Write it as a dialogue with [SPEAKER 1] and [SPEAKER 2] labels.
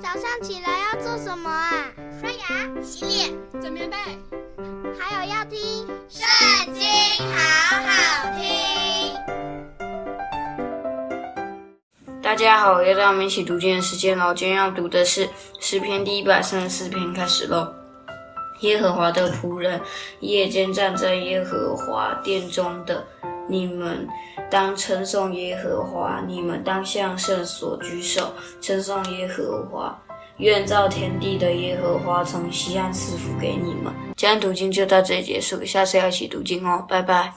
[SPEAKER 1] 早上起来要做什么啊？刷牙、洗脸，
[SPEAKER 2] 整棉被，
[SPEAKER 1] 还有要听《圣经》，好好听。
[SPEAKER 3] 大家好，又到我们一起读经的时间喽。今天要读的是诗篇第一百三十四篇，开始喽。耶和华的仆人，夜间站在耶和华殿中的，你们当称颂耶和华，你们当向圣所举手，称颂耶和华。愿造天地的耶和华从西岸赐福给你们。今天读经就到这里结束，下次要一起读经哦，拜拜。